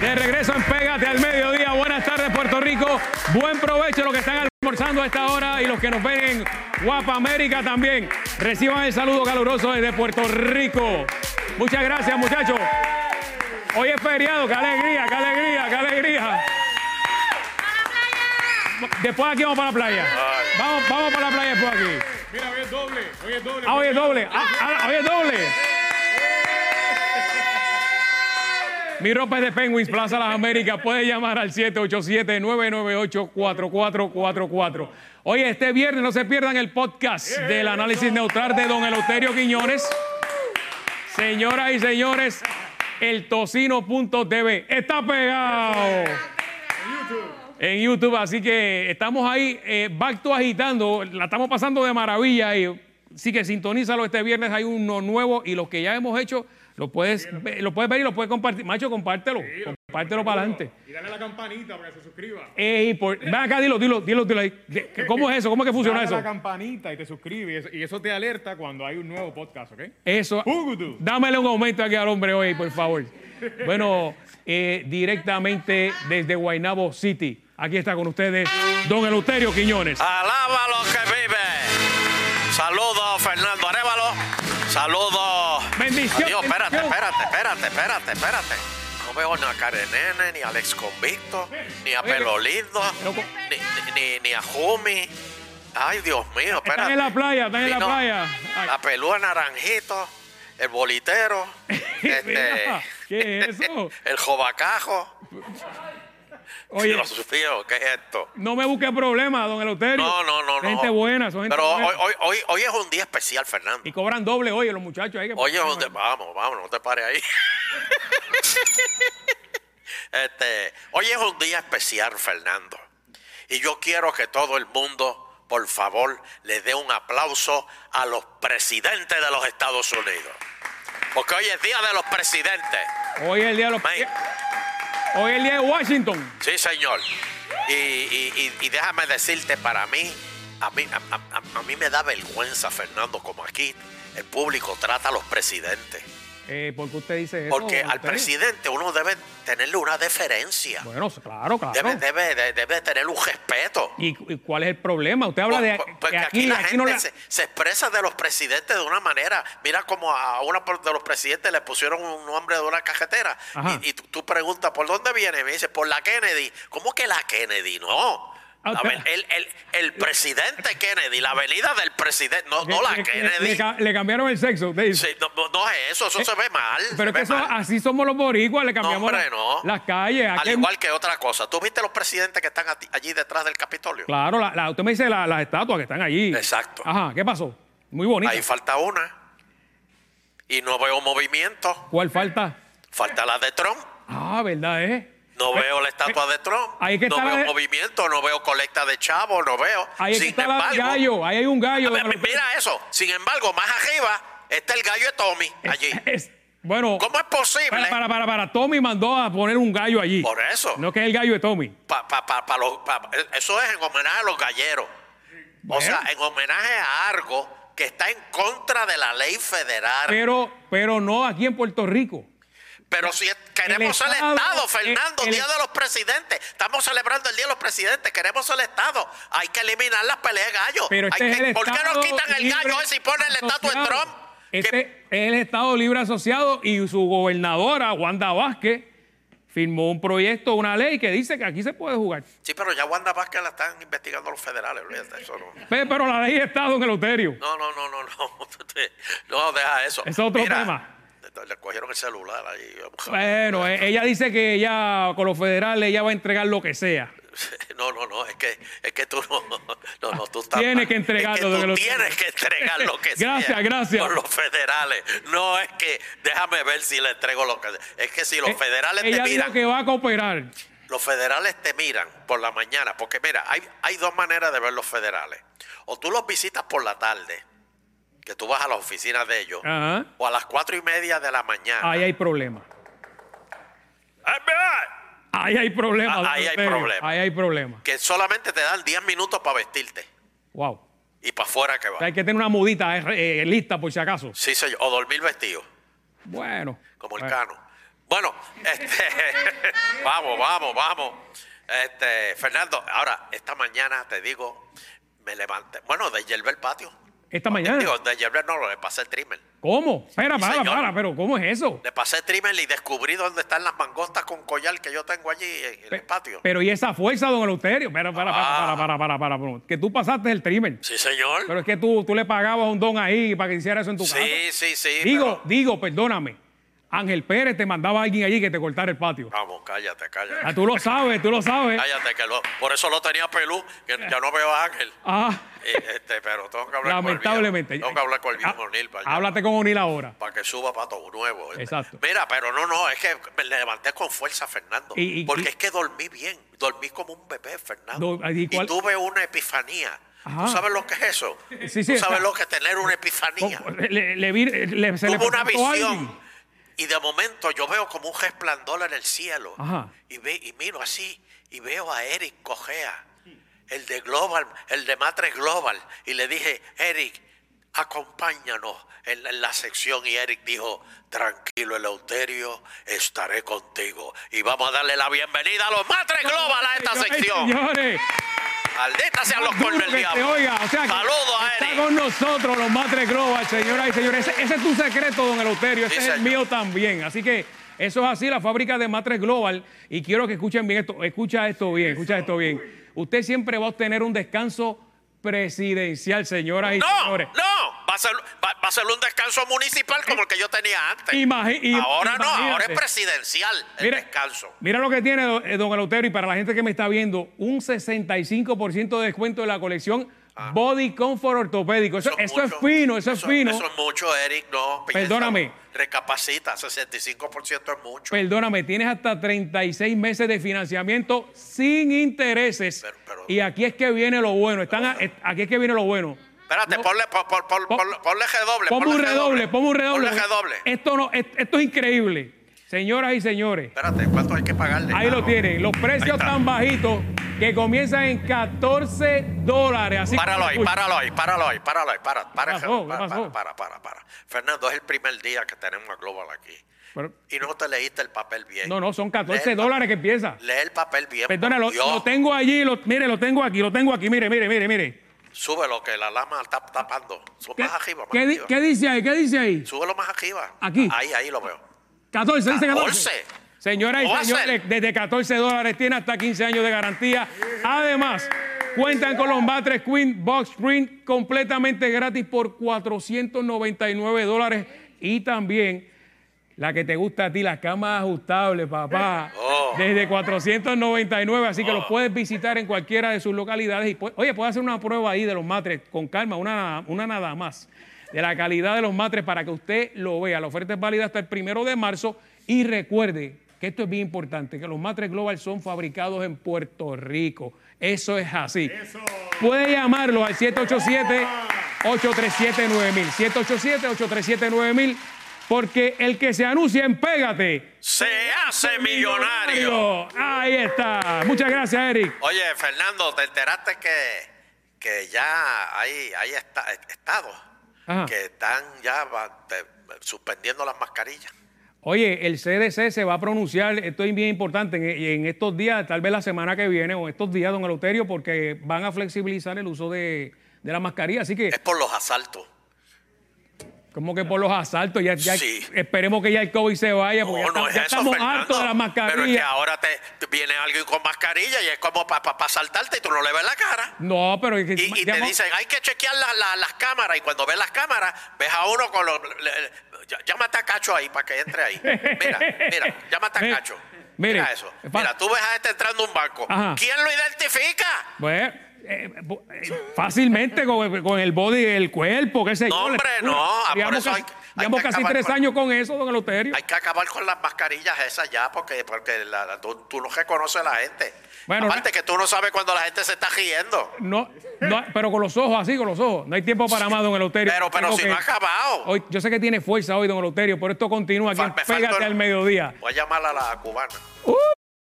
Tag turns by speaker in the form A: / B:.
A: De regreso en Pégate al Mediodía. Buenas tardes, Puerto Rico. Buen provecho los que están almorzando a esta hora y los que nos ven en Guapa América también. Reciban el saludo caluroso desde Puerto Rico. Muchas gracias, muchachos. Hoy es feriado. ¡Qué alegría, qué alegría, qué alegría! Después aquí vamos para la playa. Vamos, vamos para la playa después aquí.
B: Mira, hoy es doble, hoy es doble.
A: Ah, hoy es doble. Ah, ah, hoy es doble. Mi ropa es de Penguins Plaza Las Américas. Puede llamar al 787-998-4444. Oye, este viernes no se pierdan el podcast del análisis neutral de don Eleuterio Quiñones. Señoras y señores, el tocino.tv está pegado en YouTube. Así que estamos ahí, eh, Bacto agitando, la estamos pasando de maravilla ahí. Así que sintonízalo este viernes, hay uno nuevo y los que ya hemos hecho, lo puedes, ve- lo puedes ver y lo puedes compartir. Macho, compártelo, compártelo para adelante.
B: Y dale a la campanita para que se suscriba.
A: Ey, por- ven acá, dilo, dilo, dilo, dilo ahí. De- ¿Cómo es eso? ¿Cómo es que funciona
B: Dale a
A: eso?
B: la campanita y te suscribes. y eso- Y eso te alerta cuando hay un nuevo podcast, ¿ok?
A: Eso.
B: Pugudu.
A: Dámele un aumento aquí al hombre hoy, por favor. Bueno, eh, directamente desde Guaynabo City, aquí está con ustedes don Eleuterio Quiñones.
C: Alaba lo que vive. Saludos, Fernando Arevalo. Saludos.
A: Bendición,
C: Adiós, espérate,
A: bendición.
C: espérate, espérate, espérate, espérate. No veo ni a Karen Nene, ni al ex convicto, ni a
A: Oye,
C: Pelo Lindo,
A: pero co-
C: ni, ni- ni, ni a Jumi. Ay, Dios mío, espérate.
A: Están en la playa, están en
C: Sí,
A: la
C: no. Ah,
A: playa. Ah, Ay,
C: La pelúa naranjito, el bolitero, este,
A: mira, ¿Qué es eso?
C: el jovacajo.
A: Oye,
C: Dios mío, ¿qué es esto?
A: no me busque problemas, don Eleuterio.
C: No, no, no, no.
A: Gente buena, son gente
C: Pero
A: buena.
C: hoy, hoy, hoy, hoy es un día especial, Fernando.
A: Y cobran doble, oye, los muchachos. Hay que
C: Oye, no te- vamos, vamos, no te pares ahí. este, hoy es un día especial, Fernando. Y yo quiero que todo el mundo, por favor, le dé un aplauso a los presidentes de los Estados Unidos. Porque hoy es día de los presidentes.
A: Hoy es el día de los...
C: Man,
A: Hoy es el día de Washington.
C: Sí, señor. Y, y- y- y déjame decirte, para mí, a mí, a, a- a mí me da vergüenza, Fernando, como aquí el público trata a los presidentes.
A: Eh, ¿Por qué usted dice eso?
C: Porque
A: don
C: al
A: Eleuterio?
C: presidente uno debe tenerle una deferencia.
A: Bueno, claro, claro.
C: Debe, debe, de- debe tener un respeto.
A: ¿Y, cu- y cuál es el problema? Usted habla de
C: Por- por-
A: Pues, que
C: Porque pues, aquí, la gente
A: no la-
C: se, se expresa de los presidentes de una manera. Mira como a uno por- de los presidentes le pusieron un nombre de una cajetera.
A: Ajá.
C: Y, y tú, tú preguntas, ¿por dónde viene? Y me dice, por la Kennedy. ¿Cómo que la Kennedy? No.
A: Ah,
C: A
A: usted-
C: ver, el, el- el presidente Kennedy, la avenida del presidente. No,
A: le-
C: no la
A: le- Le,
C: Kennedy.
A: ca- le cambiaron el sexo. usted dice.
C: Sí, no, no- no es eso, eso se ve mal. se
A: Eh, Pero es
C: ve
A: que eso-
C: mal.
A: así somos los boricuas, le
C: No,
A: cambiamos
C: hombre,
A: la-
C: no.
A: las calles.
C: Al
A: Aquí hay-
C: igual que otra cosa. ¿Tú viste los presidentes que están a ti- allí detrás del Capitolio?
A: Claro, Ah, la, la- usted me dice la- las estatuas que están allí.
C: Exacto.
A: Ajá, ¿qué pasó? Muy bonito.
C: Ahí falta una. Y no veo movimiento.
A: ¿Cuál falta?
C: Falta la de Trump.
A: Ah, ¿verdad, eh?
C: No
A: Eh,
C: veo la estatua de Trump.
A: ahí que
C: no
A: está la
C: veo
A: de-
C: movimiento, no veo colecta de chavo, no veo.
A: Ahí es que
C: Sin
A: está la-
C: embargo,
A: el gallo, ahí hay un gallo.
C: a ver, mira eso. Sin embargo, más arriba está el gallo de Tommy allí.
A: Es- bueno,
C: ¿Cómo es posible?
A: Eh, para, para, para, para, Tommy mandó a poner un gallo allí.
C: Por eso.
A: No que es el gallo de Tommy.
C: pa- pa- pa- pa los- pa- eso es en homenaje a los galleros. O
A: Bueno.
C: sea, en homenaje a algo que está en contra de la ley federal. Pero,
A: Pero, pero no aquí en Puerto Rico.
C: si es- queremos
A: el
C: el Estado,
A: Estado,
C: Fernando,
A: el- el-
C: Día de los Presidentes. Estamos celebrando el Día de los Presidentes, queremos el Estado. Hay que eliminar las peleas de gallo.
A: Pero este
C: Hay
A: es
C: que-
A: el
C: ¿Por qué
A: Estado
C: no quitan el
A: libre
C: gallo ese y ponen el estatua de
A: asociado?
C: Trump? Que-
A: Este es el Estado Libre Asociado y su gobernadora, Wanda Vázquez, firmó un proyecto, una ley que dice que aquí se puede jugar.
C: Sí, pero ya Wanda Vázquez la están investigando los federales. olvídate, eso no.
A: Pe- Pero la ley está, don Eleuterio.
C: No, no, no, no, no. No, deja eso.
A: Es otro tema.
C: Le cogieron el celular ahí.
A: Bueno, eh, ella dice que ella, con los federales, ella va a entregar lo que sea.
C: No, no, no, es que, es que tú no, no, no, tú estás
A: Tienes
C: mal.
A: que entregarlo,
C: Es que
A: don
C: tú
A: Elote.
C: tienes que entregar lo que sea.
A: Gracias, gracias.
C: Por los federales. No es que, déjame ver si le entrego lo que Es que si los
A: Eh,
C: federales te
A: ella dijo
C: miran,
A: que va a cooperar.
C: los federales te miran por la mañana, porque mira, hay, hay dos maneras de ver los federales. O tú los visitas por la tarde, que tú vas a las oficinas de ellos,
A: Ajá.
C: o a las cuatro y media de la mañana.
A: Ahí hay problema.
C: ¡Ay, mira!
A: Ahí hay problema.
C: Ah,
A: don
C: ahí hay
A: Eleuterio.
C: problema.
A: Ahí hay problema.
C: Que solamente te dan 10 minutos para vestirte
A: Wow. O
C: y para afuera que vas.
A: sea, hay que tener una mudita eh, eh, lista por si acaso.
C: Sí, señor. O dormir vestido,
A: Bueno.
C: como el
A: Bueno.
C: cano. Bueno, este, vamos, vamos, vamos. Este, Fernando, ahora, esta mañana te digo, me levanté. Bueno, de Yerba el patio.
A: Esta mañana.
C: Digo, de Yerba no, le pasé el trimmer.
A: ¿Cómo? Espera, para,
C: señor.
A: para, pero ¿cómo es eso?
C: Le pasé el trimmer y descubrí dónde están las mangostas con collar que yo tengo allí en el patio.
A: Pero ¿y esa fuerza, don Eleuterio? Espera, para, para,
C: Ah.
A: para, para, para, para. Que tú pasaste el trimmer.
C: Sí, señor.
A: Pero es que tú, tú le pagabas a un don ahí para que hiciera eso en tu casa.
C: sí, sí, sí.
A: Digo, digo, perdóname. Ángel Pérez te mandaba a alguien allí que te cortara el patio.
C: pero- vamos, cállate, cállate.
A: Ah, eh. tú lo sabes, tú lo sabes.
C: Cállate, que lo- por eso lo tenía pelú, que ya no veo a Ángel.
A: Ah,
C: Eh, este, pero tengo que hablar
A: lamentablemente.
C: con el viejo. Tengo que hablar con el viejo
A: Ah,
C: O'Neill para, allá,
A: Háblate con O'Neill ahora.
C: para que suba pato nuevo.
A: Exacto.
C: Mira, pero no, no, es que me levanté con fuerza, Fernando.
A: Y- y-
C: porque
A: y-
C: es que dormí bien. Dormí como un bebé, Fernando.
A: Do- ¿y
C: y,
A: cuál-
C: tuve una epifanía.
A: Ajá.
C: ¿Tú sabes lo que es eso?
A: Sí, sí,
C: ¿Tú sabes
A: está-
C: lo que es tener una epifanía?
A: Le, le vi- le- se le
C: Tuve una
A: presentó alguien.
C: visión. Y de momento yo veo como un resplandor en el cielo.
A: Ajá.
C: Y, ve, y miro así y veo a Eric Cogea, el de Global, el de Matres Global. Y le dije, Eric, acompáñanos en la, en la sección. Y Eric dijo, tranquilo, Eleuterio, estaré contigo. Y vamos a darle la bienvenida a los Matres Global a esta
A: Señoras y
C: sección.
A: Señores,
C: Maldita sean los
A: más Oh, duro
C: cornes del
A: que te
C: diablo.
A: oiga, o sea que
C: Saludos a
A: Está
C: Eric.
A: con nosotros los Matre Global, señoras y señores. Ese, ese es tu secreto, don Eleuterio. Ese
C: Sí,
A: es el
C: señor.
A: mío también. Así que eso es así, la fábrica de Matres Global. Y quiero que escuchen bien esto. Escucha esto bien, escucha esto bien. Usted siempre va a obtener un descanso presidencial, señoras y
C: No,
A: señores.
C: no, va a, ser, va, va a ser un descanso municipal como el que yo tenía antes.
A: Imagi- im-
C: ahora no, ahora
A: imagínate.
C: es presidencial el
A: Mira,
C: descanso.
A: mira lo que tiene do- eh, don Eleuterio y para la gente que me está viendo, un 65% de descuento de la colección Body Comfort Ortopédico. Eso, eso es
C: Ah. mucho.
A: fino, eso, es
C: Eso-
A: fino.
C: Eso es mucho, Eric, no. piensa,
A: Perdóname. Pues,
C: Recapacita, 65% es mucho.
A: Perdóname, tienes hasta 36 meses de financiamiento sin intereses.
C: Pero- pero-
A: y aquí es que viene lo bueno. Están a- es- aquí es que viene lo bueno.
C: Espérate, ponle, pon, pon, pon-
A: Pon-
C: ponle- ponle G-doble.
A: Ponme un
C: ponle
A: redoble,
C: G-doble.
A: ponme un redoble. Eh.
C: Ponle G-doble.
A: Esto, no, es- esto es increíble. Señoras y señores,
C: Espérate, ¿cuánto hay que pagarle? Ah,
A: ahí lo
C: mano?
A: tienen. Los
C: Ahí
A: precios
C: está.
A: tan bajitos que comienzan en 14 dólares. Así que-
C: Páralo ahí, páralo ahí, páralo ahí, páralo ahí, para, para,
A: ¿Qué pasó? ¿Qué
C: para,
A: pasó?
C: para, para, para, para. Fernando, es el primer día que tenemos a Global aquí.
A: Pero-
C: Y no te leíste el papel bien.
A: no, no, son 14
C: Lee el pa-
A: dólares que empieza.
C: Lee el papel bien.
A: Perdona,
C: por
A: lo,
C: Dios.
A: lo tengo allí. Lo, mire, lo tengo aquí, lo tengo aquí. Mire, mire, mire, mire.
C: Súbelo, que la lama está tapando. Sube
A: ¿Qué,
C: más arriba, más
A: qué di-
C: arriba.
A: qué dice ahí? ¿Qué dice ahí?
C: Súbelo más arriba.
A: Aquí.
C: Ahí, ahí lo veo.
A: 14, dice 14.
C: 14.
A: Señoras
C: ¿Cómo va
A: y
C: a
A: señores,
C: ser?
A: desde 14 dólares tiene hasta 15 años de garantía. Además, cuentan con los matres Queen Box Print completamente gratis por 499 dólares. Y también la que te gusta a ti, las camas ajustables, papá.
C: Oh.
A: Desde 499, así que los puedes visitar en cualquiera de sus localidades. Y pu- oye, puedes hacer una prueba ahí de los matres, con calma, una, una nada más, de la calidad de los matres para que usted lo vea. La oferta es válida hasta el primero de marzo. Y recuerde que esto es bien importante, que los matres Global son fabricados en Puerto Rico. Eso es así. Puede llamarlo al 787-837-9000. 787-837-9000, porque el que se anuncia en Pégate.
C: Se hace millonario.
A: Millonario. Ahí está. Muchas gracias, Eric.
C: Oye, Fernando, ¿te enteraste que, que ya hay, hay esta- estados
A: Ajá.
C: que están ya va- te- suspendiendo las mascarillas?
A: Oye, el CDC se va a pronunciar, esto es bien importante, en, en estos días, tal vez la semana que viene o estos días, don Eleuterio, porque van a flexibilizar el uso de, de la mascarilla. Así que,
C: Es por los asaltos.
A: como que por los asaltos, ya, ya
C: Sí.
A: esperemos que ya el COVID se vaya,
C: No,
A: porque ya,
C: Oh,
A: estamos-
C: no es
A: ya
C: eso,
A: estamos
C: Fernando.
A: hartos de las
C: Pero es que
A: mascarillas.
C: ahora te, te viene alguien con mascarilla y es como para saltarte y tú no le ves la cara.
A: No, pero es que
C: Y, y
A: ya
C: te
A: mo-
C: dicen, hay que chequear la- la- las cámaras. Y cuando ves las cámaras, ves a uno con los. le- le- ll- llámate a Cacho ahí para que entre ahí. Mira, mira, llámate
A: Mire,
C: a Cacho.
A: mire,
C: mira eso.
A: fa-
C: Mira, tú ves a este entrando a un banco.
A: Ajá.
C: ¿Quién lo identifica?
A: Pues, eh, bo- eh, fácilmente con, con el body del cuerpo, qué sé yo.
C: No,
A: la
C: hombre,
A: estructura.
C: no. Ah, por
A: Llevamos
C: eso
A: casi,
C: hay que- hay
A: llevamos
C: que
A: casi
C: acabar
A: tres
C: con-
A: años con eso, don Eleuterio.
C: Hay que acabar con las mascarillas esas ya, porque, porque la- la- tú, tú no reconoces a la gente.
A: Bueno,
C: Aparte
A: no-
C: que tú no sabes cuando la gente se está riendo.
A: No, no, pero con los ojos así, con los ojos. No hay tiempo para más, don Eleuterio.
C: Pero, pero
A: Tengo
C: si
A: que-
C: no ha acabado.
A: Hoy, yo sé que tiene fuerza hoy, don Eleuterio, pero esto continúa aquí.
C: Fa- me faltó
A: Pégate
C: el-
A: al mediodía.
C: Voy a llamar a la cubana.